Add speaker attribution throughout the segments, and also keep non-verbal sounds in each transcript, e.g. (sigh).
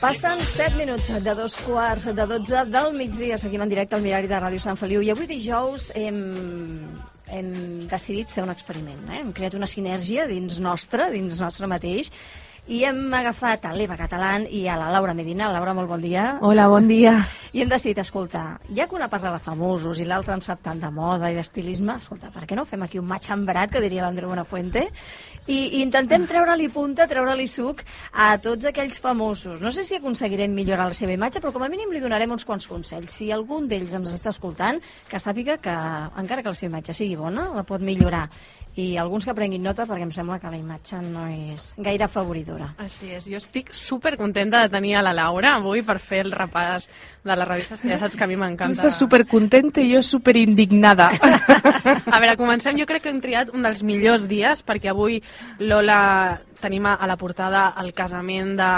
Speaker 1: Passen 7 minuts de dos quarts de 12 del migdia. Seguim en directe al Mirari de Ràdio Sant Feliu. I avui dijous hem, hem decidit fer un experiment. Eh? Hem creat una sinèrgia dins nostra, dins nostre mateix, i hem agafat a l'Eva Catalán i a la Laura Medina. Laura, molt bon dia.
Speaker 2: Hola, bon dia.
Speaker 1: I hem decidit, escolta, ja que una parla de famosos i l'altra ens sap tant de moda i d'estilisme, escolta, per què no fem aquí un maig embrat, que diria l'Andreu Buenafuente, i, i intentem treure-li punta, treure-li suc a tots aquells famosos. No sé si aconseguirem millorar la seva imatge, però com a mínim li donarem uns quants consells. Si algun d'ells ens està escoltant, que sàpiga que, encara que la seva imatge sigui bona, la pot millorar. I alguns que prenguin nota, perquè em sembla que la imatge no és gaire afavoridora.
Speaker 3: Així és, jo estic super contenta de tenir a la Laura avui per fer el repàs de les revistes, que ja saps que a mi
Speaker 2: Tu
Speaker 3: m'encanta.
Speaker 2: estàs supercontenta i jo
Speaker 1: (laughs)
Speaker 2: superindignada.
Speaker 3: A veure, comencem. Jo crec que hem triat un dels millors dies, perquè avui Lola tenim a a la portada el casament de,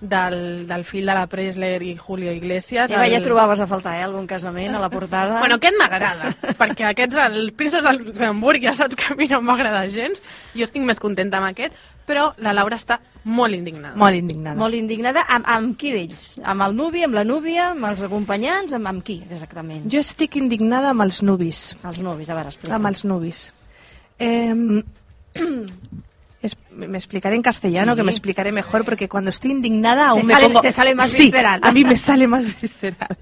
Speaker 3: del, del fill de la Presler i Julio Iglesias.
Speaker 1: Eva,
Speaker 3: el...
Speaker 1: ja trobaves a faltar, eh, algun casament a la portada.
Speaker 3: Bueno, aquest m'agrada, perquè aquests del Princes de Luxemburg ja saps que a mi no m'agrada gens. Jo estic més contenta amb aquest, però la Laura està molt indignada.
Speaker 2: Molt indignada.
Speaker 1: Molt indignada. Amb, amb qui d'ells? Amb el nuvi, amb la núvia, amb els acompanyants, amb, amb qui, exactament?
Speaker 2: Jo estic indignada amb els nubis.
Speaker 1: Els nuvis, a veure, explica.
Speaker 2: Amb els nubis. Eh, (clears throat) es- me explicaré en castellano,
Speaker 1: Sí.
Speaker 2: que me explicaré mejor, porque cuando estoy indignada aún
Speaker 1: Te
Speaker 2: me
Speaker 1: sale-
Speaker 2: pongo...
Speaker 1: te sale más
Speaker 2: Sí,
Speaker 1: visceral.
Speaker 2: a mí me sale más (laughs) visceral.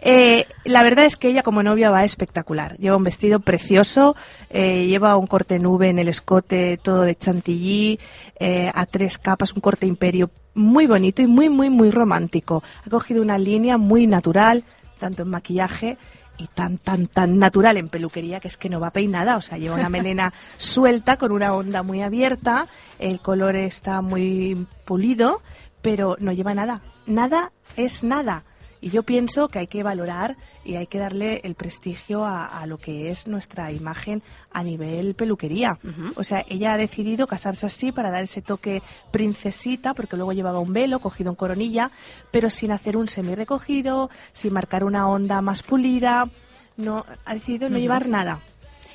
Speaker 2: Eh, la verdad es que ella como novia va espectacular. Lleva un vestido precioso, eh, lleva un corte nube en el escote, todo de chantilly, eh, a tres capas, un corte imperio muy bonito y muy, muy, muy romántico. Ha cogido una línea muy natural, tanto en maquillaje y tan, tan, tan natural en peluquería que es que no va peinada. O sea, lleva una melena suelta con una onda muy abierta, el color está muy pulido, pero no lleva nada. Nada es nada. Y yo pienso que hay que valorar y hay que darle el prestigio a, a lo que es nuestra imagen a nivel peluquería.
Speaker 1: Mhm.
Speaker 2: O sea, ella ha decidido casarse así para dar ese toque princesita, porque luego llevaba un velo cogido en coronilla, pero sin hacer un semi recogido, sin marcar una onda más pulida. No, ha decidido no llevar nada.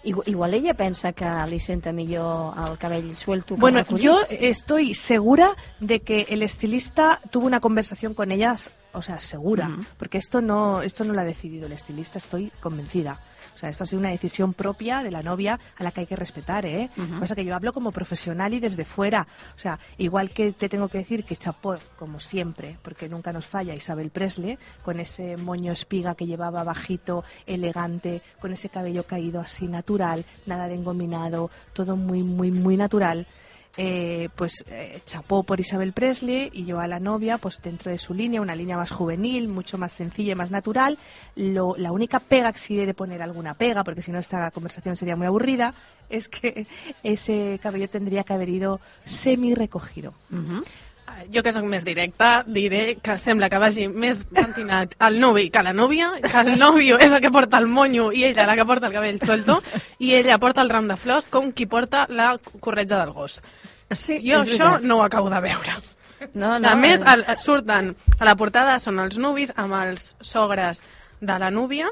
Speaker 1: Igual, igual ella pensa que li senta millor el cabell suelto que
Speaker 2: Bueno,
Speaker 1: recollit.
Speaker 2: yo estoy segura de que el estilista tuvo una conversación con ellas, o sea, segura,
Speaker 1: Ujú.
Speaker 2: porque esto no, esto no lo ha decidido el estilista, estoy convencida. O sea, esto ha sido una decisión propia de la novia a la que hay que respetar, ¿eh?
Speaker 1: Ujú.
Speaker 2: Lo que pasa es que yo hablo como profesional y desde fuera. O sea, igual que te tengo que decir que chapó, como siempre, porque nunca nos falla Isabel Presley, con ese moño espiga que llevaba bajito, elegante, con ese cabello caído así natural, nada de engominado, todo muy, muy, muy natural. Eh, pues eh, chapó por Isabel Presley y yo a la novia, pues dentro de su línea, una línea más juvenil, mucho más sencilla y más natural. Lo- la única pega, que si he de poner alguna pega, porque si no esta conversación sería muy aburrida, es que ese cabello tendría que haber ido semi recogido.
Speaker 1: Mhm.
Speaker 3: Jo que sóc més directa diré que sembla que vagi més pentinat el nuvi que la núvia, que el nòvio és el que porta el monyo i ella la que porta el cabell suelto i ella porta el ram de flors com qui porta la corretja del gos.
Speaker 1: Sí,
Speaker 3: Jo
Speaker 1: és
Speaker 3: això
Speaker 1: veritat.
Speaker 3: no ho acabo de veure.
Speaker 1: No, no,
Speaker 3: a més,
Speaker 1: eh,
Speaker 3: el, surten a la portada són els nuvis amb els sogres de la núvia,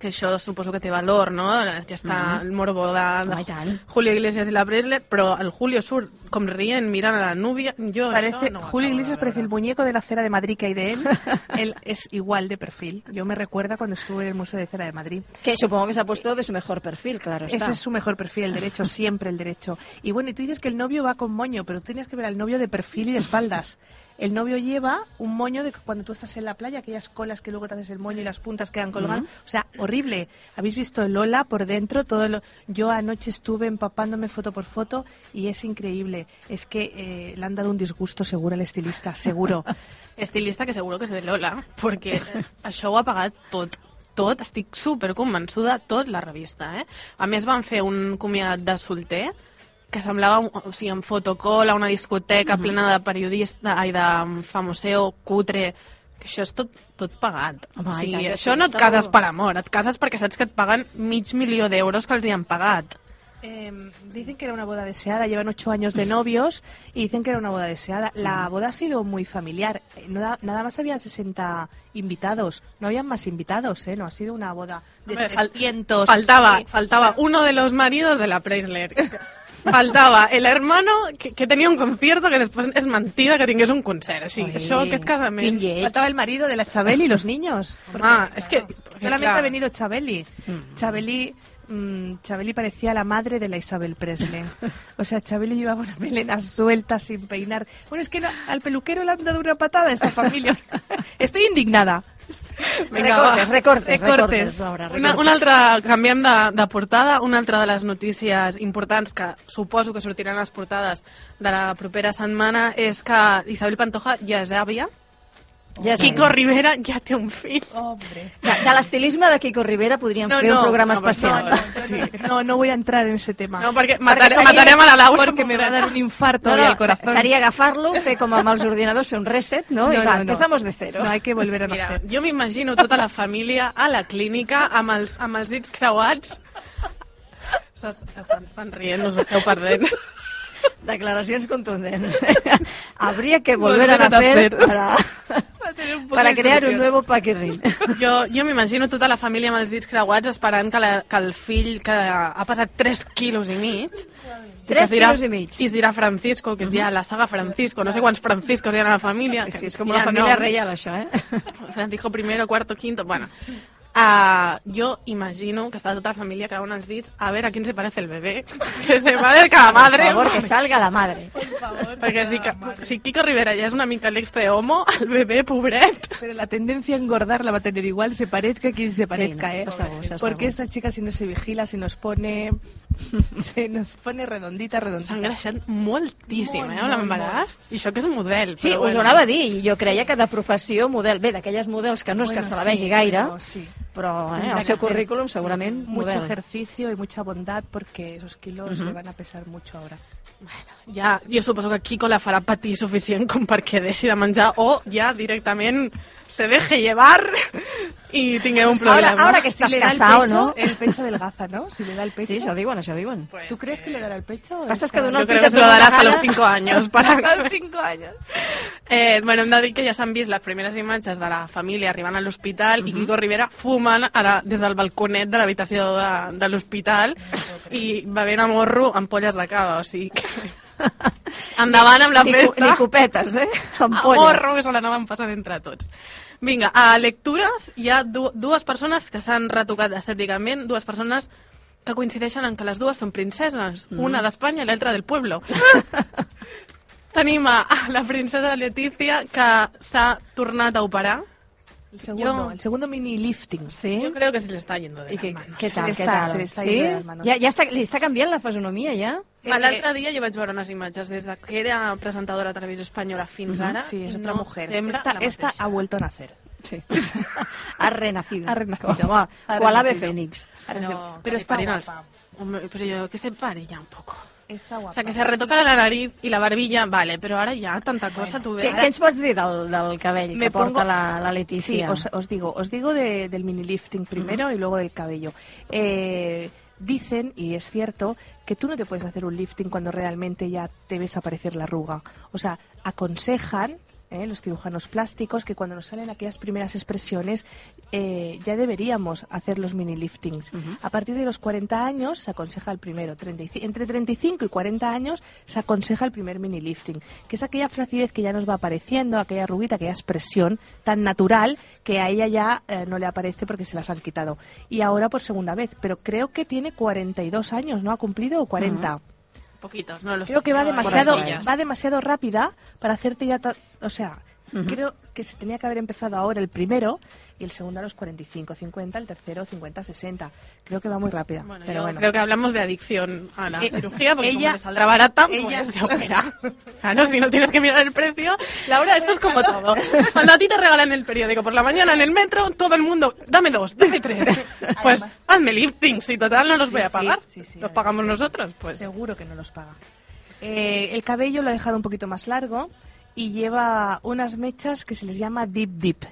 Speaker 3: que això suposo que té valor, no? Que està el morbo de,
Speaker 1: Mm. Home, i
Speaker 3: de
Speaker 1: tant.
Speaker 3: Julio Iglesias i la Bresler, però el Julio surt com rient mirant a la núvia. Jo
Speaker 2: Parece,
Speaker 3: això no ho
Speaker 2: Julio
Speaker 3: acabo de
Speaker 2: Iglesias parece
Speaker 3: veure.
Speaker 2: el muñeco de la cera de Madrid que hay de él. (laughs) él es igual de perfil. Yo me recuerda cuando estuve en el Museo de Cera de Madrid.
Speaker 1: que supongo que se ha puesto de su mejor perfil, claro está.
Speaker 2: Ese es su mejor perfil, el
Speaker 1: (laughs)
Speaker 2: derecho, siempre el derecho. Y bueno, y tú dices que el novio va con moño, pero tú tienes que ver al novio de perfil y de espaldas. El novio lleva un moño de cuando tú estás en la playa, aquellas colas que luego te haces el moño y las puntas quedan colgadas. O sea, horrible. Habéis visto el Lola por dentro, todo lo... Yo anoche estuve empapándome foto por foto y es increíble. Es que eh, le han dado un disgusto seguro al
Speaker 1: (laughs)
Speaker 2: estilista, seguro.
Speaker 3: Estilista que seguro que és de Lola, (laughs) perquè això ho ha pagat tot. Tot, estic super convençuda, tot la revista, eh? A més, van fer un comiadat de solter que semblava, o sigui, en fotocol, a una discoteca plena de periodista, ai, de famoseo, cutre, que això és tot, tot pagat.
Speaker 1: Home,
Speaker 3: o
Speaker 1: i
Speaker 3: sigui,
Speaker 1: tant que
Speaker 3: això
Speaker 1: sí,
Speaker 3: no et
Speaker 1: segur.
Speaker 3: cases per amor, et cases perquè saps que et paguen mig milió d'euros que els hi han pagat.
Speaker 2: Eh, dicen que era una boda deseada, llevan ocho años de novios y dicen que era una boda deseada. La boda ha sido muy familiar, eh, no da- nada más había 60 invitados, no habían más invitados, ¿eh? no ha sido una boda de
Speaker 3: Hombre, fal-
Speaker 2: 300.
Speaker 3: Faltaba,
Speaker 2: Sí.
Speaker 3: faltaba uno de los maridos de la Preisler. faltava el hermano que, que tenia un concierto que després és mentida que tingués un concert. Així,
Speaker 1: Ai,
Speaker 3: això, aquest casament...
Speaker 1: quin lleig.
Speaker 2: Faltaba el marido de la Chabeli y los niños.
Speaker 3: Ah, és que...
Speaker 2: Solamente ha venido Chabeli. Chabeli, mm, Chabeli parecía la madre de la Isabel Presley. O sea, Chabeli llevaba una melena suelta, sin peinar. Bueno, es que no- al peluquero le han dado una patada a esta
Speaker 3: (laughs)
Speaker 2: familia. Estoy indignada.
Speaker 3: Vinga,
Speaker 1: recortes, recortes,
Speaker 3: va.
Speaker 1: recortes,
Speaker 2: Recortes.
Speaker 1: Laura,
Speaker 3: Una,
Speaker 1: recortes.
Speaker 3: una altra, canviem de, de portada, una altra de les notícies importants que suposo que sortiran a les portades de la propera setmana és que Isabel Pantoja ja és àvia,
Speaker 1: Ja sabem.
Speaker 3: Kiko Rivera ja té un fill.
Speaker 2: Hombre.
Speaker 1: De, de l'estilisme de Kiko Rivera podríem fer un programa
Speaker 3: no,
Speaker 1: especial.
Speaker 3: No, no, sí.
Speaker 2: No, no voy a entrar en ese tema.
Speaker 3: no perquè, matare,
Speaker 1: seria-
Speaker 3: matarem a la Laura.
Speaker 2: porque me va a dar un infarto
Speaker 1: No,
Speaker 2: hoy
Speaker 1: no,
Speaker 2: al corazón.
Speaker 1: seria agafar-lo, fer com (laughs) amb els ordinadors, fer un reset, no? I
Speaker 2: No,
Speaker 1: va,
Speaker 2: no, no.
Speaker 1: empezamos de cero.
Speaker 2: No, hay que volver a
Speaker 3: Mira,
Speaker 2: nacer.
Speaker 3: jo m'imagino tota la família a la clínica amb els, amb els dits creuats. S'est- S'estan estan rient, us ho esteu perdent.
Speaker 1: Declaracions contundents. (laughs) Habría que volver,
Speaker 2: Volver
Speaker 1: a
Speaker 2: a
Speaker 1: nacer
Speaker 2: nacer. (laughs)
Speaker 1: para, para crear un nuevo paquirrín.
Speaker 3: Jo, jo m'imagino tota la família amb els dits creuats esperant que, la, que el fill, que ha pesat 3 quilos i mig... i que
Speaker 1: Tres
Speaker 3: es dirà-
Speaker 1: quilos i mig.
Speaker 3: I es dirà Francisco, que es dirà la saga Francisco. No sé quants Franciscos hi ha a la família. que
Speaker 1: Sí, és
Speaker 3: hi
Speaker 1: com
Speaker 3: ha
Speaker 1: una família
Speaker 3: noms.
Speaker 1: reial, això, eh?
Speaker 3: (laughs) Francisco primero, cuarto, quinto, bueno. Ah, yo imagino que está toda la familia clavando els dits a ver a quién se parece el bebé. (laughs) Que se parezca a la madre.
Speaker 1: Por favor, que salga la madre.
Speaker 3: Perquè si, Ca- si Kiko Rivera ja és una mica l'ex de Homo, el bebé, pobret.
Speaker 2: Pero la tendencia a engordar la va a tener igual, se parezca a quien se parezca,
Speaker 1: no,
Speaker 2: ¿eh?
Speaker 1: eso es algo, eso es
Speaker 2: Porque
Speaker 1: algo.
Speaker 2: esta chica si no se vigila, se nos
Speaker 1: (laughs)
Speaker 2: pone se nos pone redondita, redondita.
Speaker 3: S'ha engreixat moltíssim, eh, amb l'embaràs. I això que és model.
Speaker 1: Sí,
Speaker 3: però
Speaker 1: us ho
Speaker 3: bueno.
Speaker 1: anava a dir. i Jo creia que de professió, model... Bé, d'aquelles models que no és
Speaker 2: Bueno,
Speaker 1: que se la
Speaker 2: sí,
Speaker 1: vegi gaire,
Speaker 2: pero sí.
Speaker 1: però eh,
Speaker 2: Tendrá
Speaker 1: el
Speaker 2: que
Speaker 1: seu
Speaker 2: hacer
Speaker 1: currículum segurament
Speaker 2: Mucho
Speaker 1: model.
Speaker 2: ejercicio y mucha bondad porque esos kilos le van a pesar mucho ahora.
Speaker 3: Ja, jo suposo que Kiko la farà patir suficient com perquè deixi de menjar o ja directament se deje llevar i tingueu un
Speaker 1: Ahora-
Speaker 3: problema.
Speaker 1: ahora que
Speaker 2: Si
Speaker 1: estás
Speaker 2: le da el
Speaker 1: casado,
Speaker 2: pecho,
Speaker 1: ¿no?
Speaker 2: El pecho delgaza, ¿no? Si le da el pecho.
Speaker 1: Sí, això diuen, això diuen.
Speaker 3: Pues,
Speaker 2: ¿Tú crees que le dará el pecho?
Speaker 1: Pasa es
Speaker 2: Está-
Speaker 1: que de una-
Speaker 3: Yo creo que se lo dará hasta los 5
Speaker 1: (laughs)
Speaker 3: años. Para...
Speaker 2: cinco años.
Speaker 3: Eh, bueno, hem de dir que ja s'han vist les primeres imatges de la família arribant a l'hospital i Kiko Rivera fumant a la, des del balconet de l'habitació de, de l'hospital i bevent a morro ampolles de cava, o
Speaker 1: (laughs)
Speaker 3: sigui que... Endavant amb la
Speaker 1: Ni, cu- ni
Speaker 3: festa.
Speaker 1: copetes,
Speaker 2: (laughs)
Speaker 1: eh? Amb
Speaker 3: A morro que se l'anaven passant entre tots. Vinga, a lectures hi ha du dues persones que s'han retocat estèticament, dues persones que coincideixen en que les dues són princeses,
Speaker 2: Mm.
Speaker 3: una d'Espanya i l'altra del
Speaker 2: (laughs)
Speaker 3: pueblo. Tenim a, a la princesa Letícia que s'ha tornat a operar.
Speaker 2: El segundo,
Speaker 3: Yo-
Speaker 2: el segundo mini lifting.
Speaker 1: Sí?
Speaker 3: Jo crec que se li està yendo de
Speaker 1: I què,
Speaker 3: les manos.
Speaker 1: què
Speaker 2: Se
Speaker 1: tal,
Speaker 2: li
Speaker 1: què
Speaker 2: està-
Speaker 1: tal?
Speaker 2: se li està
Speaker 1: sí?
Speaker 2: yendo de las manos.
Speaker 1: Ja, ja està, li està canviant la fisonomia, ja?
Speaker 2: Eh,
Speaker 3: A L'altre dia jo vaig veure unes imatges des de que era presentadora de televisió espanyola fins ara.
Speaker 2: Sí, es
Speaker 3: i
Speaker 2: otra
Speaker 3: no
Speaker 2: mujer.
Speaker 3: sembla
Speaker 2: Esta,
Speaker 3: la
Speaker 2: esta
Speaker 3: mateixa.
Speaker 2: ha vuelto a nacer.
Speaker 1: Sí. Ha renacido.
Speaker 2: Ha renacido.
Speaker 1: Como,
Speaker 2: Ha
Speaker 1: cual ave
Speaker 2: renacido.
Speaker 1: fénix.
Speaker 3: Pero,
Speaker 2: Pero
Speaker 3: que
Speaker 2: está
Speaker 3: paren als-
Speaker 2: guapa.
Speaker 3: Hombre, pero yo que se pare ya un poco.
Speaker 2: Está guapa.
Speaker 3: O sea, que se retocara la nariz y la barbilla, vale, pero ahora ya tanta cosa, tú
Speaker 1: Què,
Speaker 3: ves.
Speaker 1: què ens pots dir del, del cabell
Speaker 2: Me
Speaker 1: que porta
Speaker 2: pongo-
Speaker 1: la, la
Speaker 2: Sí,
Speaker 1: Letícia?
Speaker 2: os, os digo, os digo de- del mini lifting primero y luego del cabello. Eh, dicen, y es cierto, que tú no te puedes hacer un lifting cuando realmente ya te ves aparecer la arruga. O sea, aconsejan eh, los cirujanos plásticos que cuando nos salen aquellas primeras expresiones eh, ya deberíamos hacer los mini liftings. A partir de los 40 años se aconseja el primero, 35 entre 35 y 40 años se aconseja el primer mini lifting, que es aquella flacidez que ya nos va apareciendo, aquella arruguita, aquella expresión tan natural que a ella ya eh, no le aparece porque se las han quitado. Y ahora por segunda vez, pero creo que tiene 42 años, ¿no? ¿Ha cumplido o 40?
Speaker 3: Poquitos, no lo sé.
Speaker 2: Creo que va
Speaker 3: No,
Speaker 2: demasiado,
Speaker 3: maravillas.
Speaker 2: va demasiado rápida para hacerte ya... ta- O sea, creo que se tenía que haber empezado ahora el primero y el segundo a los 45, 50, el tercero 50, 60. Creo que va muy rápida.
Speaker 3: Bueno,
Speaker 2: pero
Speaker 3: yo
Speaker 2: bueno.
Speaker 3: creo que hablamos de adicción a la
Speaker 2: Eh,
Speaker 3: cirugía, porque como
Speaker 2: ella-
Speaker 3: le saldrá barata,
Speaker 2: ella-
Speaker 3: pues se (laughs) opera. Claro, si no tienes que mirar el precio. Laura, esto es como todo. Cuando a ti te regalan el periódico por la mañana en el metro, todo el mundo, dame dos, dame tres. Pues hazme lifting, si total no los
Speaker 2: Sí,
Speaker 3: voy a
Speaker 2: sí,
Speaker 3: pagar.
Speaker 2: sí, sí,
Speaker 3: los
Speaker 2: además
Speaker 3: pagamos nosotros,
Speaker 2: (laughs)
Speaker 3: pues.
Speaker 2: Seguro que no los paga. Eh, el cabello lo ha dejado un poquito más largo y lleva unas mechas que se les llama deep deep.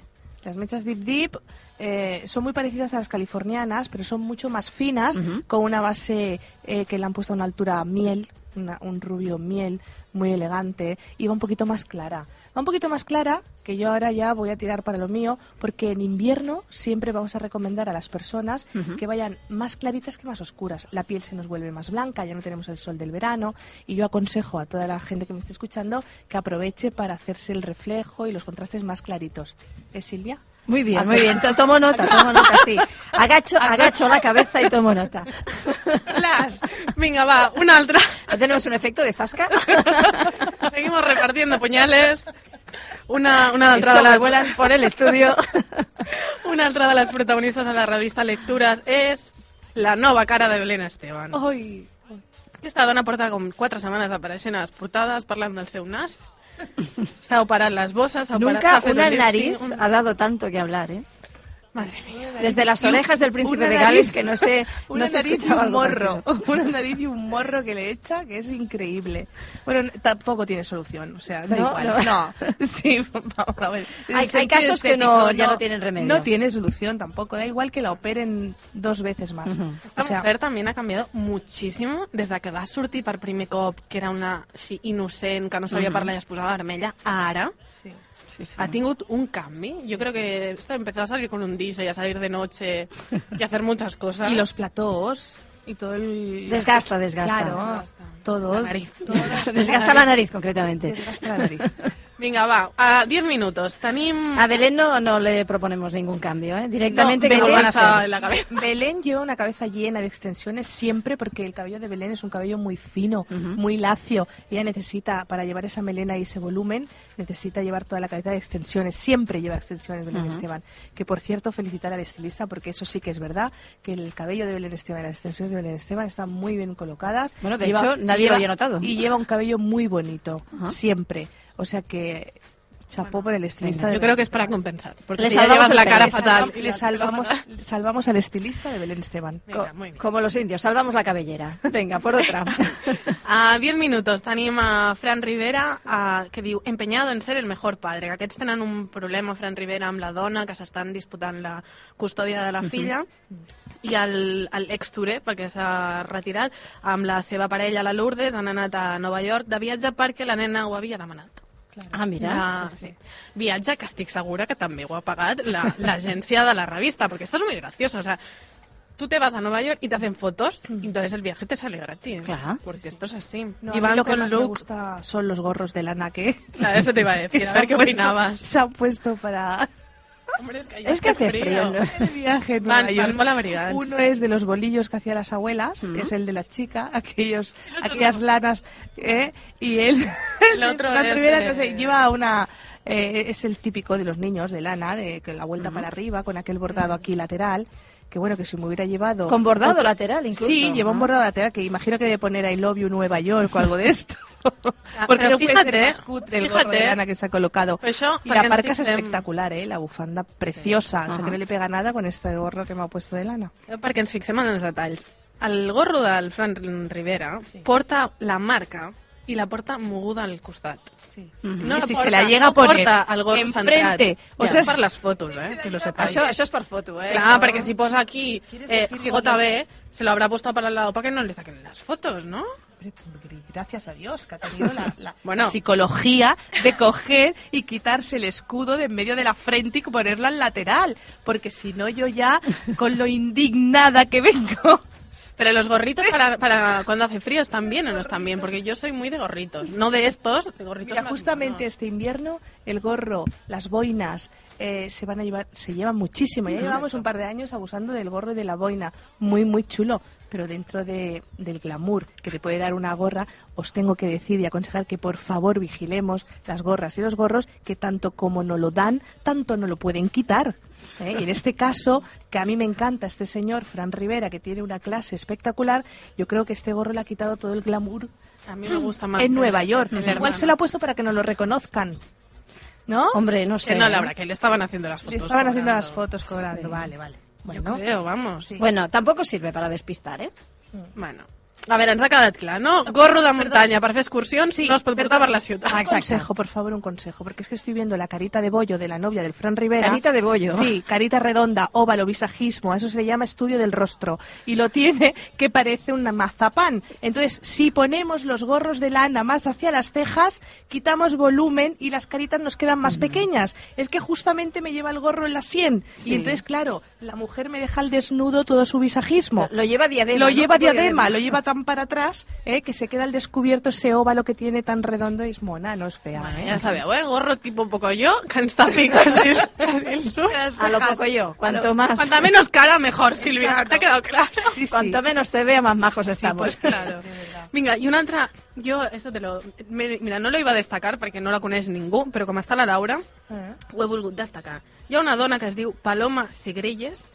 Speaker 2: Las mechas deep deep eh, son muy parecidas a las californianas, pero son mucho más finas, con una base eh, que le han puesto a una altura miel, una- un rubio miel muy elegante y va un poquito más clara. Va un poquito más clara, que yo ahora ya voy a tirar para lo mío, porque en invierno siempre vamos a recomendar a las personas
Speaker 1: Ujú.
Speaker 2: que vayan más claritas que más oscuras. La piel se nos vuelve más blanca, ya no tenemos el sol del verano y yo aconsejo a toda la gente que me esté escuchando que aproveche para hacerse el reflejo y los contrastes más claritos. ¿Es Silvia?
Speaker 1: Muy bien, muy bien. To- Tomo nota, tomo nota,
Speaker 2: (laughs)
Speaker 1: sí. Agacho, agacho la cabeza y tomo nota.
Speaker 3: Las. Vinga, va, una altra.
Speaker 1: ¿No tenemos un efecto de
Speaker 2: (laughs)
Speaker 1: zasca?
Speaker 3: Seguimos repartiendo puñales. Una, una
Speaker 1: Eso,
Speaker 3: altra de
Speaker 1: me
Speaker 3: les,
Speaker 1: vuelan por el estudio.
Speaker 3: una altra de les protagonistes de la revista Lectures és la nova cara de Belén Esteban.
Speaker 2: (laughs)
Speaker 1: Oh.
Speaker 2: ¡Ay!
Speaker 3: Aquesta dona porta com quatre setmanes apareixent a les portades parlant del seu nas. S'ha operat les bosses, s'ha operat...
Speaker 1: Nunca
Speaker 3: s'ha fet
Speaker 1: una
Speaker 3: un
Speaker 1: nariz
Speaker 3: lifting,
Speaker 1: ha dado tanto que hablar, ¿eh?
Speaker 3: un- Madre mía.
Speaker 1: Desde las orejas del príncipe
Speaker 2: una
Speaker 1: de
Speaker 2: nariz-
Speaker 1: Gales, que no
Speaker 2: (laughs)
Speaker 1: sé, no
Speaker 2: Una
Speaker 1: se
Speaker 2: nariz y
Speaker 1: escuchaba
Speaker 2: un
Speaker 1: algo
Speaker 2: morro.
Speaker 1: parecido.
Speaker 2: (laughs) Una nariz y un morro que le echa, que es increíble. Bueno, n- tampoco tiene solución. O sea, da
Speaker 1: No, no.
Speaker 2: igual. No. (laughs) Sí, vamos a ver. En
Speaker 1: Hay-
Speaker 2: sentido
Speaker 1: hay casos que no-
Speaker 2: estético,
Speaker 1: ya no tienen remedio.
Speaker 2: No tiene solución tampoco. Da igual que la operen dos veces más.
Speaker 1: Ujú.
Speaker 3: Esta mujer también ha cambiado muchísimo des de que va sortir per primer cop, que era una així innocent, que no sabia
Speaker 1: Mhm.
Speaker 3: parlar i es posava vermella, a ara
Speaker 2: sí.
Speaker 1: Sí, sí.
Speaker 3: ha tingut un canvi. Jo crec que esta empezó a salir con un DJ, a salir de noche y a hacer muchas cosas.
Speaker 2: Y los platós y todo el... (laughs)
Speaker 1: Desgasta, desgasta.
Speaker 2: Claro,
Speaker 3: Desgasta.
Speaker 2: todo.
Speaker 3: Ah, La nariz.
Speaker 2: todo-
Speaker 1: Desgasta la nariz, concretamente.
Speaker 2: Desgasta la nariz.
Speaker 3: Vinga, va, a 10 minutos. Tenim...
Speaker 1: A Belén no, no le proponemos ningún cambio, ¿eh? Directamente
Speaker 3: no,
Speaker 1: que lo van a
Speaker 3: vergüenza
Speaker 1: hacer.
Speaker 3: en la cabeza.
Speaker 2: Belén lleva una cabeza llena de extensiones siempre porque el cabello de Belén es un cabello muy fino,
Speaker 1: Ujú.
Speaker 2: muy lacio. Ella necesita, para llevar esa melena y ese volumen, necesita llevar toda la cabeza de extensiones. Siempre lleva extensiones Belén
Speaker 1: Ujú.
Speaker 2: Esteban. Que por cierto, felicitar al estilista porque eso sí que es verdad, que el cabello de Belén Esteban, las extensiones de Belén Esteban están muy bien colocadas.
Speaker 1: Bueno, de hecho, nadie lo había notado.
Speaker 2: Y lleva un cabello muy bonito,
Speaker 1: Ajá.
Speaker 2: siempre. O sea que chapó por el estilista.
Speaker 1: venga,
Speaker 2: de
Speaker 3: Yo
Speaker 2: Belén
Speaker 3: creo que es para compensar, porque
Speaker 1: Le
Speaker 3: si ya
Speaker 1: salvamos
Speaker 3: llevas
Speaker 1: el
Speaker 3: la
Speaker 1: pelo,
Speaker 3: cara
Speaker 2: le
Speaker 3: fatal.
Speaker 2: salva- Le salvamos, salvamos al estilista de Belén Esteban.
Speaker 3: Vinga,
Speaker 1: Co-
Speaker 3: muy bien.
Speaker 1: Como los indios, salvamos la cabellera. Venga, por
Speaker 2: (laughs)
Speaker 1: otra.
Speaker 3: A 10 minutos tenim a Fran Rivera a, que diu empenyado en ser el mejor padre. Que aquests tenen un problema, Fran Rivera, amb la dona, que s'estan disputant la custòdia de la filla. I el, el ex-Touré, perquè s'ha retirat, amb la seva parella, la Lourdes, han anat a Nova York de viatge perquè la nena ho havia demanat.
Speaker 1: Ah, mira.
Speaker 3: Ah, sí, Viatge que estic segura que també ho ha pagat la- l'agència de la revista, porque esto es muy gracioso, o sea, tú te vas a Nueva York y te hacen fotos,
Speaker 2: Mm.
Speaker 3: y entonces el viaje te sale gratis,
Speaker 1: Claro.
Speaker 3: porque esto es así.
Speaker 2: No,
Speaker 3: y
Speaker 2: a mí
Speaker 3: van
Speaker 2: lo que
Speaker 3: con
Speaker 2: más me
Speaker 3: look,
Speaker 2: gusta son los gorros de lana que,
Speaker 3: Claro, eso te iba a
Speaker 2: (laughs)
Speaker 3: decir,
Speaker 2: que
Speaker 3: a
Speaker 2: se (laughs)
Speaker 3: ver
Speaker 2: han
Speaker 3: qué
Speaker 2: puesto-
Speaker 3: opinabas.
Speaker 2: Se han puesto para
Speaker 3: Hombre, es que, ahí
Speaker 1: Es que hace frío. ¿no?
Speaker 2: (laughs) el viaje. en
Speaker 3: Van-
Speaker 2: Nueva York.
Speaker 3: van molt abrigats.
Speaker 2: Uno es de los bolillos que hacían las abuelas, que es el de la chica, aquellos, aquellas lanas, ¿eh? y (laughs) él.
Speaker 3: El otro
Speaker 2: la
Speaker 3: es
Speaker 2: primera,
Speaker 3: de-
Speaker 2: no sé, lleva una. eh, es el típico de los niños de lana, de que la vuelta para arriba con aquel bordado aquí lateral. Que bueno, que si me hubiera llevado.
Speaker 1: Con bordado
Speaker 2: otro-
Speaker 1: lateral, incluso.
Speaker 2: Sí, lleva un
Speaker 1: Ah.
Speaker 2: bordado lateral que imagino que debe poner I love you Nueva York o algo de
Speaker 3: (laughs)
Speaker 2: esto. Porque
Speaker 3: Ah, pero
Speaker 2: no puede
Speaker 3: fíjate,
Speaker 2: ser más cutre el gorro de
Speaker 3: fíjate. Pues
Speaker 2: lana que se ha colocado.
Speaker 3: Però això,
Speaker 2: y
Speaker 3: perquè
Speaker 2: la
Speaker 3: ens
Speaker 2: parca es
Speaker 3: fixem-
Speaker 2: espectacular, ¿eh? La bufanda preciosa. O sea,
Speaker 1: Ajá.
Speaker 2: que no le pega nada con este gorro que me ha puesto de lana.
Speaker 3: Perquè ens fixem en els detalls. El gorro del Fran Rivera porta la marca i la porta moguda al costat.
Speaker 1: Mhm.
Speaker 3: No
Speaker 2: que
Speaker 3: la
Speaker 2: si
Speaker 3: porta,
Speaker 2: se la llega a
Speaker 3: no
Speaker 2: poner
Speaker 3: porta el gorro
Speaker 2: enfrente,
Speaker 3: centrat.
Speaker 2: o
Speaker 3: Ja,
Speaker 2: sea,
Speaker 3: per
Speaker 2: si-
Speaker 3: les fotos, eh, que lo sepáis.
Speaker 1: Eso, eso es por foto, ¿eh?
Speaker 3: Claro,
Speaker 1: Eso-
Speaker 3: porque si posa aquí eh,
Speaker 2: decir que cuando-
Speaker 3: JB, se lo habrá puesto para el lado para que no le saquen las fotos, ¿no?
Speaker 2: Gracias a Dios que ha tenido la, la
Speaker 3: (laughs) Bueno.
Speaker 2: psicología de coger y quitarse el escudo de en medio de la frente y ponerlo al lateral. Porque si no, yo ya, con lo indignada que vengo.
Speaker 3: Pero los gorritos para, para cuando hace frío están bien o no están bien, porque yo soy muy de gorritos, no de estos, de gorritos.
Speaker 2: Mira,
Speaker 3: más
Speaker 2: justamente este invierno el gorro, las boinas eh, se van a llevar, se llevan muchísimo. Ya llevamos un par de años abusando del gorro y de la boina, muy muy chulo, pero dentro de- del glamour que te puede dar una gorra, os tengo que decir y aconsejar que por favor vigilemos las gorras y los gorros que tanto como no lo dan, tanto no lo pueden quitar. ¿eh? Y en este caso, que a mí me encanta este señor Fran Rivera, que tiene una clase espectacular, yo creo que este gorro le ha quitado todo el glamour
Speaker 3: modernos. A mí me gusta más.
Speaker 2: en
Speaker 3: el-
Speaker 2: Nueva York.
Speaker 3: el
Speaker 2: Igual
Speaker 3: hermano.
Speaker 2: se lo ha puesto para que no lo reconozcan. ¿No?
Speaker 1: Hombre, no sé.
Speaker 3: Que no la
Speaker 1: ¿eh?
Speaker 3: habrá, que le estaban haciendo las
Speaker 2: Le
Speaker 3: fotos.
Speaker 2: estaban haciendo
Speaker 3: cobrando.
Speaker 2: las fotos cobrando. Vale, vale.
Speaker 3: Yo
Speaker 2: Bueno,
Speaker 3: creo, vamos.
Speaker 1: Bueno, tampoco sirve para despistar, ¿eh?
Speaker 3: Bueno. A veure, ens ha quedat clar, no? Gorro de muntanya per fer excursions sí, no es pot portar per la ciutat.
Speaker 2: Un consejo, por favor, un consejo, porque es que estoy viendo la carita de bollo de la novia del Fran Rivera.
Speaker 1: Carita de bollo.
Speaker 2: Sí, carita redonda, óvalo, visajismo, a eso se le llama estudio del rostro. Y lo tiene que parece un mazapán. Entonces, si ponemos los gorros de lana más hacia las cejas, quitamos volumen y las caritas nos quedan más pequeñas. Es que justamente me lleva el gorro en la sien.
Speaker 1: Sí.
Speaker 2: Y entonces, claro, la mujer me deja al desnudo todo su visajismo.
Speaker 1: Lo lleva diadema.
Speaker 2: Lo
Speaker 1: ¿no?
Speaker 2: lleva
Speaker 1: Tipo
Speaker 2: diadema, (laughs) lo lleva tan para atrás eh, que se queda al descubierto ese óvalo que tiene tan redondo y es mona, no es fea. eh.
Speaker 3: Ja sabeu, eh? Gorro tipo un poco yo, que ens tapi casi, casi el sur.
Speaker 1: A lo poco yo. Cuanto más.
Speaker 3: Cuanta menos cara, mejor, Silvia. T'ha quedat claro?
Speaker 2: Sí,
Speaker 1: (laughs)
Speaker 2: sí.
Speaker 1: Cuanto menos se vea, más majos
Speaker 3: Sí,
Speaker 1: estamos.
Speaker 3: pues claro. Vinga, i una altra... Jo, esto te lo... me- Mira, no lo iba a destacar perquè no la coneix ningú, però com està la Laura,
Speaker 2: Eh.
Speaker 3: ho he volgut destacar. Hi ha una dona que es diu Paloma Segrelles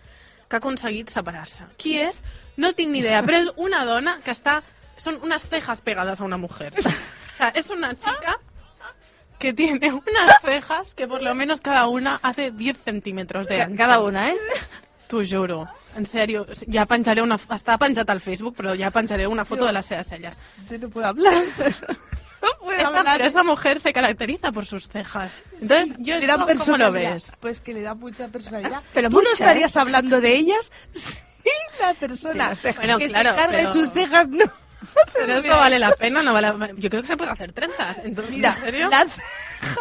Speaker 3: que ha aconseguit separar-se. Qui és? No tinc ni idea, però és una dona que està... Són unes cejas pegades a una mujer. O sea, es una chica que tiene unas cejas que por lo menos cada una hace 10 centímetros de ancho.
Speaker 1: Cada una, ¿eh?
Speaker 3: T'ho juro, en sèrio. Ja penjaré una... Està penjat al Facebook, però ja penjaré una foto de les seves celles.
Speaker 2: Yo no puedo (laughs) hablar. No puedo
Speaker 3: Esta,
Speaker 2: hablar.
Speaker 3: pero esta mujer se caracteriza por sus cejas. Entonces, yo
Speaker 2: Le dan
Speaker 3: esto, ¿cómo
Speaker 2: personalidad.
Speaker 3: lo ves?
Speaker 2: Pues que le da mucha personalidad.
Speaker 1: Pero
Speaker 2: ¿Tú
Speaker 1: mucha,
Speaker 2: no
Speaker 1: ¿eh?
Speaker 2: estarías hablando de ellas? (laughs) Sí, la persona
Speaker 1: las cejas.
Speaker 3: Bueno,
Speaker 2: que
Speaker 3: claro,
Speaker 2: se carga
Speaker 3: pero-
Speaker 2: en sus cejas. No.
Speaker 3: Pero esto vale la pena, no vale la pena. Yo creo que se puede hacer trenzas. Entonces,
Speaker 2: Mira,
Speaker 3: ¿en serio?
Speaker 2: la ceja. (laughs)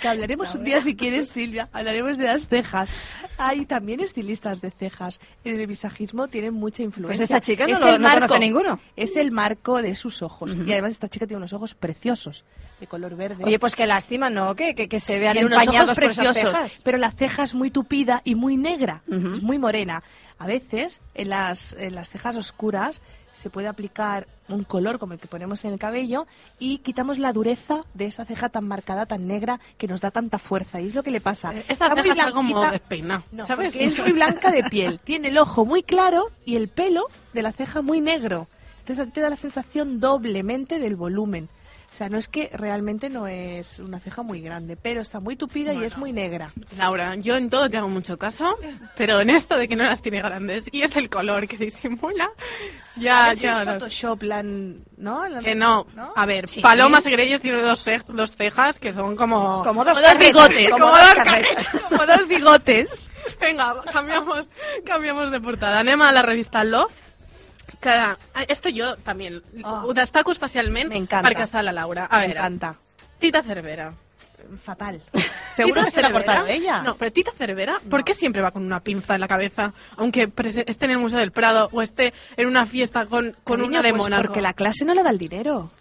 Speaker 2: Que hablaremos un día, si quieres, Silvia. Hablaremos de las cejas. Hay también estilistas de cejas. En el visajismo tienen mucha influencia.
Speaker 1: Pues esta chica no lo- no conoce ninguno.
Speaker 2: Es el marco de sus ojos. Y además, esta chica tiene unos ojos preciosos, de color verde.
Speaker 1: Oye, pues qué lástima, ¿no? Que, que, que se vean
Speaker 2: Oh. Tiene unos
Speaker 1: empañados
Speaker 2: ojos
Speaker 1: por esas
Speaker 2: preciosos,
Speaker 1: cejas.
Speaker 2: pero la ceja es muy tupida y muy negra,
Speaker 1: Ujú.
Speaker 2: es muy morena. A veces en las, en las cejas oscuras se puede aplicar un color como el que ponemos en el cabello y quitamos la dureza de esa ceja tan marcada, tan negra, que nos da tanta fuerza. Y es lo que le pasa.
Speaker 3: Eh, Esta
Speaker 2: muy
Speaker 3: ceja está como
Speaker 2: blanquita.
Speaker 3: despeinada,
Speaker 2: No,
Speaker 3: ¿sabes?
Speaker 2: porque es muy blanca de piel. Tiene el ojo muy claro y el pelo de la ceja muy negro. Entonces te da la sensación doblemente del volumen. O sea, no es que realmente no es una ceja muy grande, pero está muy tupida y es muy negra.
Speaker 3: (laughs) Laura, yo en todo te hago mucho caso, pero en esto de que no las tiene grandes y es el color que disimula, ya,
Speaker 2: A ver si
Speaker 3: Ah, ya.
Speaker 2: en
Speaker 3: no.
Speaker 2: Photoshop la han- ¿no? La han-
Speaker 3: Que no. A ver, Paloma Segrelles tiene dos, ce- dos cejas que son como...
Speaker 1: Como dos,
Speaker 2: Como dos
Speaker 1: carretes,
Speaker 2: bigotes,
Speaker 1: Como
Speaker 2: como
Speaker 1: dos
Speaker 2: dos
Speaker 1: carretes.
Speaker 2: Como dos bigotes.
Speaker 3: Venga, cambiamos, cambiamos de portada. Anem a la revista Love. Que, ah, esto jo també
Speaker 2: Ah.
Speaker 3: ho destaco especialment
Speaker 2: M'encanta.
Speaker 3: perquè està la Laura. A
Speaker 2: Me
Speaker 3: veure,
Speaker 2: encanta.
Speaker 3: Tita Cervera. (laughs)
Speaker 2: Fatal.
Speaker 3: Tita
Speaker 2: Seguro que se la ha
Speaker 3: Cervera-
Speaker 2: cortado ella.
Speaker 3: No, pero Tita Cervera, ¿por qué siempre va con una pinza en la cabeza? Aunque prese- esté en el Museo del Prado o esté en una fiesta con, con
Speaker 2: Cariño,
Speaker 3: una de
Speaker 2: pues
Speaker 3: Mónaco.
Speaker 2: Porque la clase no le da el dinero.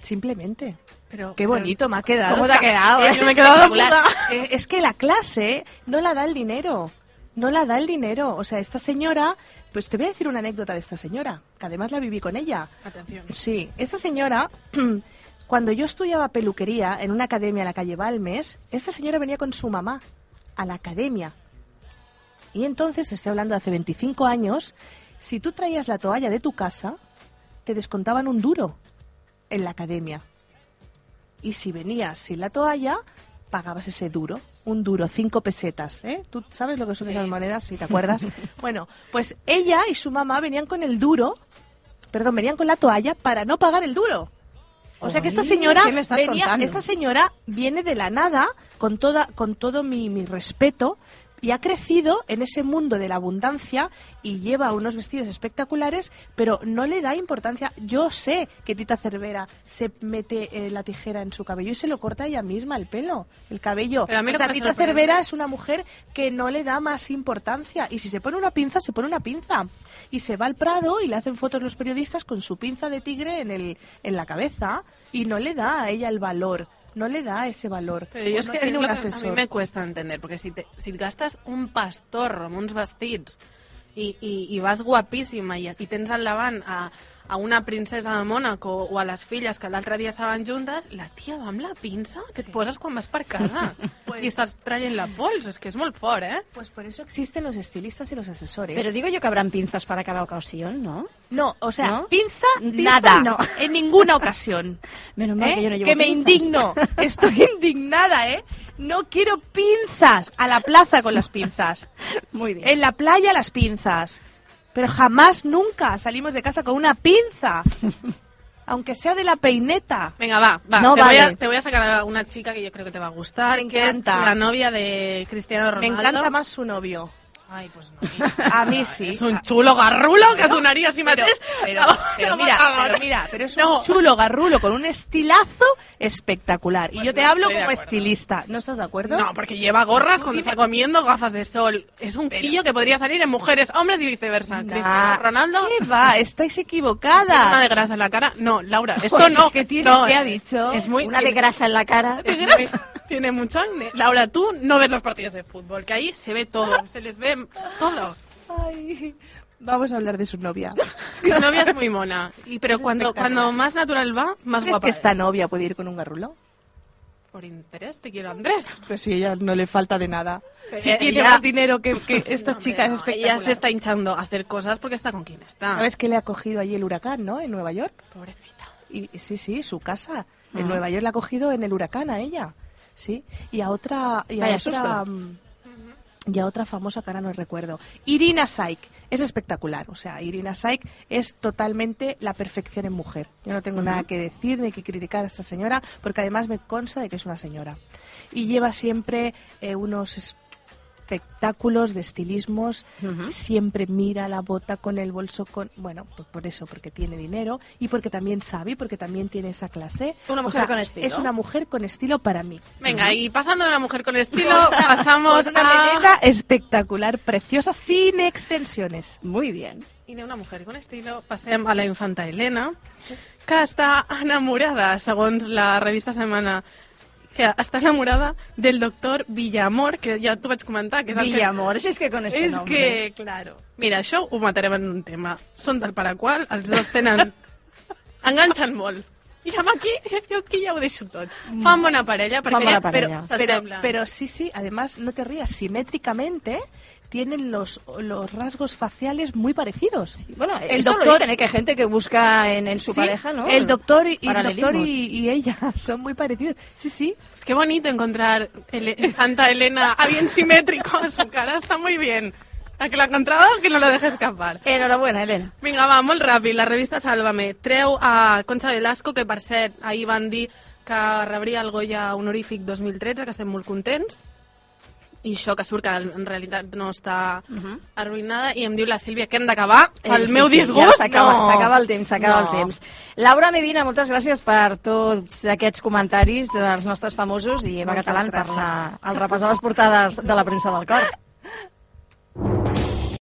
Speaker 2: Simplemente.
Speaker 3: Pero-
Speaker 2: Qué bonito me ha quedado.
Speaker 1: ¿Cómo te ha quedado?
Speaker 2: Es,
Speaker 1: Yo
Speaker 3: me he quedado
Speaker 2: espectacular.
Speaker 3: muda.
Speaker 2: Eh, es que la clase no la da el dinero. No la da el dinero. O sea, esta señora, pues te voy a decir una anécdota de esta señora, que además la viví con ella.
Speaker 3: Atención.
Speaker 2: Sí, esta señora, (clears throat) cuando yo estudiaba peluquería en una academia en la calle Balmes, esta señora venía con su mamá a la academia. Y entonces, estoy hablando de hace 25 años, si tú traías la toalla de tu casa, te descontaban un duro en la academia. Y si venías sin la toalla, pagabas ese duro, un duro, cinco pesetas. ¿eh? ¿Tú sabes lo que son esas monedas, si te acuerdas? bueno, pues ella y su mamá venían con el duro perdón, venían con la toalla para no pagar el duro. O sea que esta
Speaker 1: Uy,
Speaker 2: señora,
Speaker 1: ¿qué me estás
Speaker 2: venía-
Speaker 1: contando?
Speaker 2: esta señora viene de la nada, con, toda, con todo mi, mi respeto, y ha crecido en ese mundo de la abundancia y lleva unos vestidos espectaculares, pero no le da importancia. Yo sé que Tita Cervera se mete eh, la tijera en su cabello y se lo corta ella misma el pelo, el cabello.
Speaker 3: Pero a mí
Speaker 2: o
Speaker 3: lo
Speaker 2: sea,
Speaker 3: que me
Speaker 2: Tita
Speaker 3: sorprende-
Speaker 2: Cervera es una mujer que no le da más importancia. Y si se pone una pinza, se pone una pinza. Y se va al Prado y le hacen fotos los periodistas con su pinza de tigre en, el, en la cabeza. Y no le da a ella el valor. No le da ese valor.
Speaker 3: Però jo
Speaker 2: O
Speaker 3: és
Speaker 2: no
Speaker 3: que,
Speaker 2: tiene
Speaker 3: és
Speaker 2: un
Speaker 3: lo que a mi
Speaker 2: asesor.
Speaker 3: me cuesta entender, perquè si, te, si et gastes un pastorro amb uns vestits i, i, i vas guapíssima i, i tens al davant a, a una princesa de Mònaco o a les filles que l'altre dia estaven juntes, la tia va amb la pinça que et poses quan vas per
Speaker 2: (laughs)
Speaker 3: casa i estàs traient la pols, és que és molt fort, eh?
Speaker 2: Pues por eso existen los estilistas y los asesores.
Speaker 1: Pero digo yo que habrán pinzas para cada ocasión, ¿no?
Speaker 2: no, o sea,
Speaker 1: ¿No?
Speaker 2: pinza, pinza
Speaker 1: Nada.
Speaker 2: no. En ninguna ocasión.
Speaker 1: Menos mal
Speaker 2: ¿Eh?
Speaker 1: que yo no llevo
Speaker 2: me
Speaker 1: pinzas.
Speaker 3: (laughs)
Speaker 2: indigno. Estoy indignada, ¿eh? No quiero pinzas. A la plaza con las pinzas.
Speaker 1: Muy bien.
Speaker 2: En la playa las pinzas. Pero jamás, nunca salimos de casa con una
Speaker 3: (laughs)
Speaker 2: pinza. Aunque sea de la peineta.
Speaker 3: Venga, va, va.
Speaker 1: No
Speaker 3: te,
Speaker 1: vale.
Speaker 3: voy a, te voy a sacar a una chica que yo creo que te va a gustar.
Speaker 2: Me
Speaker 3: que es
Speaker 2: encanta.
Speaker 3: la novia de Cristiano
Speaker 2: Me
Speaker 3: Ronaldo.
Speaker 2: encanta más su novio.
Speaker 3: Ay, pues no.
Speaker 2: A
Speaker 3: (laughs)
Speaker 2: mí sí.
Speaker 3: Es un chulo garrulo que os donaría si
Speaker 2: Pero,
Speaker 3: metes. (laughs)
Speaker 2: pero- pero mira, pero mira, pero es un
Speaker 3: No.
Speaker 2: chulo garrulo con un estilazo espectacular. y
Speaker 3: Pues
Speaker 2: yo te
Speaker 3: no
Speaker 2: hablo
Speaker 3: estoy de
Speaker 2: como
Speaker 3: acuerdo.
Speaker 2: estilista. ¿No estás de acuerdo?
Speaker 3: No, porque lleva gorras cuando está comiendo gafas de sol. Es un quillo que podría salir en mujeres, hombres y viceversa.
Speaker 2: Ah,
Speaker 3: Cristiano Ronaldo,
Speaker 2: ¿Qué va? Estáis
Speaker 3: una de
Speaker 2: equivocada.
Speaker 3: grasa en la cara. No, Laura, esto
Speaker 2: Pues,
Speaker 3: no.
Speaker 2: ¿qué tiene?
Speaker 3: no, eh,
Speaker 2: ¿Qué ha dicho?
Speaker 3: Es muy,
Speaker 1: Una de grasa en la cara.
Speaker 3: es muy- (laughs) tiene mucho acné. Laura, tú no ves los partidos de fútbol, que ahí se ve todo, se les ve todo.
Speaker 2: Ay, vamos a hablar de su
Speaker 3: (laughs)
Speaker 2: novia.
Speaker 3: Su novia es muy mona. Y, pero cuando, cuando más natural va, más
Speaker 2: ¿Crees
Speaker 3: guapa.
Speaker 2: que esta
Speaker 3: es.
Speaker 2: novia puede ir con un garrulo?
Speaker 3: Por interés, te quiero, Andrés.
Speaker 2: Pero si a ella Pues no le falta de nada.
Speaker 3: Pero
Speaker 2: Si
Speaker 3: ella-
Speaker 2: tiene más dinero que, (laughs) que esta chica es
Speaker 3: No,
Speaker 2: espectacular.
Speaker 3: Ella se está hinchando a hacer cosas porque está con quien está.
Speaker 2: ¿Sabes que le ha cogido allí el huracán, no? En Nueva York.
Speaker 3: Pobrecita.
Speaker 2: Y, sí, sí, su casa. En Nueva York la ha cogido en el huracán a ella. Sí. Y a otra. Y a
Speaker 1: Vaya
Speaker 2: otra,
Speaker 1: susto.
Speaker 2: mm, y a otra famosa cara no recuerdo. Irina Saik. Es espectacular. O sea, Irina Saik es totalmente la perfección en mujer. Yo no tengo nada que decir ni que criticar a esta señora, porque además me consta de que es una señora. Y lleva siempre eh, unos espectáculos de estilismos, siempre mira la bota con el bolso con, bueno, pues por eso, porque tiene dinero y porque también sabe, y porque también tiene esa clase.
Speaker 1: Una
Speaker 2: O
Speaker 1: mujer
Speaker 2: sea,
Speaker 1: con estilo.
Speaker 2: Es una mujer con estilo para mí.
Speaker 3: Venga, y pasando de una mujer con
Speaker 2: (laughs)
Speaker 3: estilo, pasamos
Speaker 2: Con una
Speaker 3: a...
Speaker 2: melena espectacular, preciosa, sin extensiones.
Speaker 1: Muy bien.
Speaker 3: Y de una mujer con estilo passem a la infanta Helena, que està enamorada, segons la revista Semana, que està enamorada del doctor Villamor, que ja t'ho vaig comentar, que és el que...
Speaker 1: Villamor, si es que con este
Speaker 3: és
Speaker 1: nombre.
Speaker 3: que, claro. Mira, això ho matarem en un tema. Són del para qual, els dos (laughs) tenen... Enganxen molt. I amb aquí, jo aquí ja ho deixo tot. Mm. Fan bona parella, perquè
Speaker 1: bona
Speaker 3: ja,
Speaker 1: parella.
Speaker 3: però
Speaker 2: Pero,
Speaker 3: s'assemblen.
Speaker 2: pero sí, sí, además, no te rías, simétricamente tienen los, los rasgos faciales muy parecidos.
Speaker 1: Bueno,
Speaker 2: El
Speaker 1: eso
Speaker 2: doctor-
Speaker 1: lo dicen, ¿eh? que hay gente que busca en, en su
Speaker 2: Sí,
Speaker 1: pareja, ¿no?
Speaker 2: El doctor y, y el
Speaker 1: Paralelismos.
Speaker 2: doctor y, y ella (laughs) son muy parecidos. Sí, sí.
Speaker 3: Pues qué bonito encontrar Ele- Santa Elena, alguien simétrico. Su cara está muy bien. A que lo ha encontrado, que no lo deje escapar.
Speaker 1: Enhorabuena, Elena.
Speaker 3: Vinga, va, molt ràpid. La revista Sálvame treu a Concha Velasco, que per cert, ahir van dir que rebria el Goya honorífic 2013, que estem molt contents. I això que surt, que en realitat no està arruïnada. I em diu la Sílvia que hem d'acabar. El
Speaker 1: Mhm. Eh, sí,
Speaker 3: meu
Speaker 1: sí,
Speaker 3: disgust,
Speaker 1: ja s'acaba,
Speaker 3: no.
Speaker 1: s'acaba el temps, s'acaba
Speaker 3: No.
Speaker 1: el temps. Laura Medina, moltes gràcies per tots aquests comentaris dels nostres famosos i Eva
Speaker 2: Moltes
Speaker 1: Catalán per
Speaker 2: gràcies.
Speaker 1: la, el repàs de les portades de la premsa del cor.